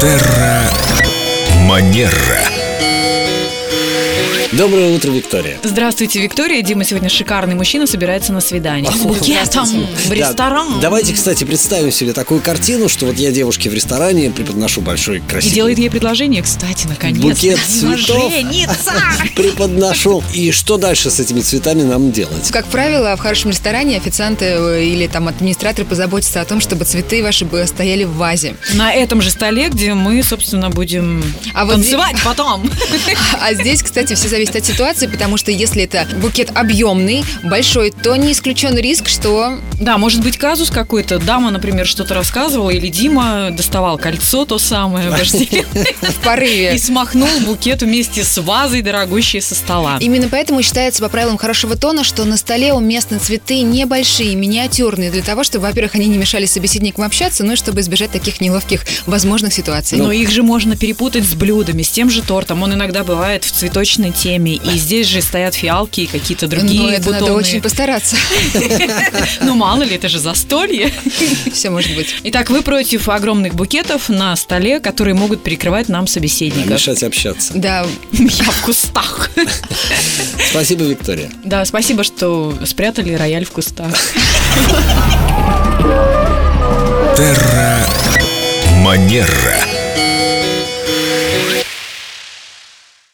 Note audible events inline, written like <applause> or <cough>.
Терра Манера. Доброе утро, Виктория. Здравствуйте, Виктория. Дима сегодня шикарный мужчина собирается на свидание. С букетом в Да, ресторан. давайте, кстати, представим себе такую картину, что вот я девушке в ресторане преподношу большой И <laughs> красивый делает ей предложение, кстати, наконец. букет цветов. Жениться! Преподношу. И что дальше с этими цветами нам делать? Как правило, в хорошем ресторане официанты э, или там администраторы позаботятся о том, чтобы цветы ваши бы стояли в вазе. На этом же столе, где мы, собственно, будем А вот танцевать потом. А здесь, кстати, все зависит от ситуации, потому что если это букет объемный, большой, то не исключен риск, что Да, может быть, казус какой-то. Дама, например, что-то рассказывала, или Дима доставал кольцо то самое вожделенное в и порыве. смахнул букет вместе с вазой, дорогущей, со стола. Именно поэтому считается по правилам хорошего тона, что на столе уместны цветы небольшие, миниатюрные, для того, чтобы, во-первых, они не мешали собеседникам общаться, ну и чтобы избежать таких неловких возможных ситуаций. Но Ну, их же можно перепутать с блюдами, с тем же тортом. Он иногда бывает в цветочной теме. И здесь же стоят фиалки и какие-то Но другие Ну, это надо бутонные. очень постараться. <laughs> <laughs> Ну, мало ли, это же застолье. Все может быть. Итак, вы против огромных букетов на столе, которые могут перекрывать нам собеседника. А Мешать общаться. Да, <laughs> Я в кустах. Спасибо, Виктория. Да, спасибо, что спрятали рояль в кустах. Терра Манера.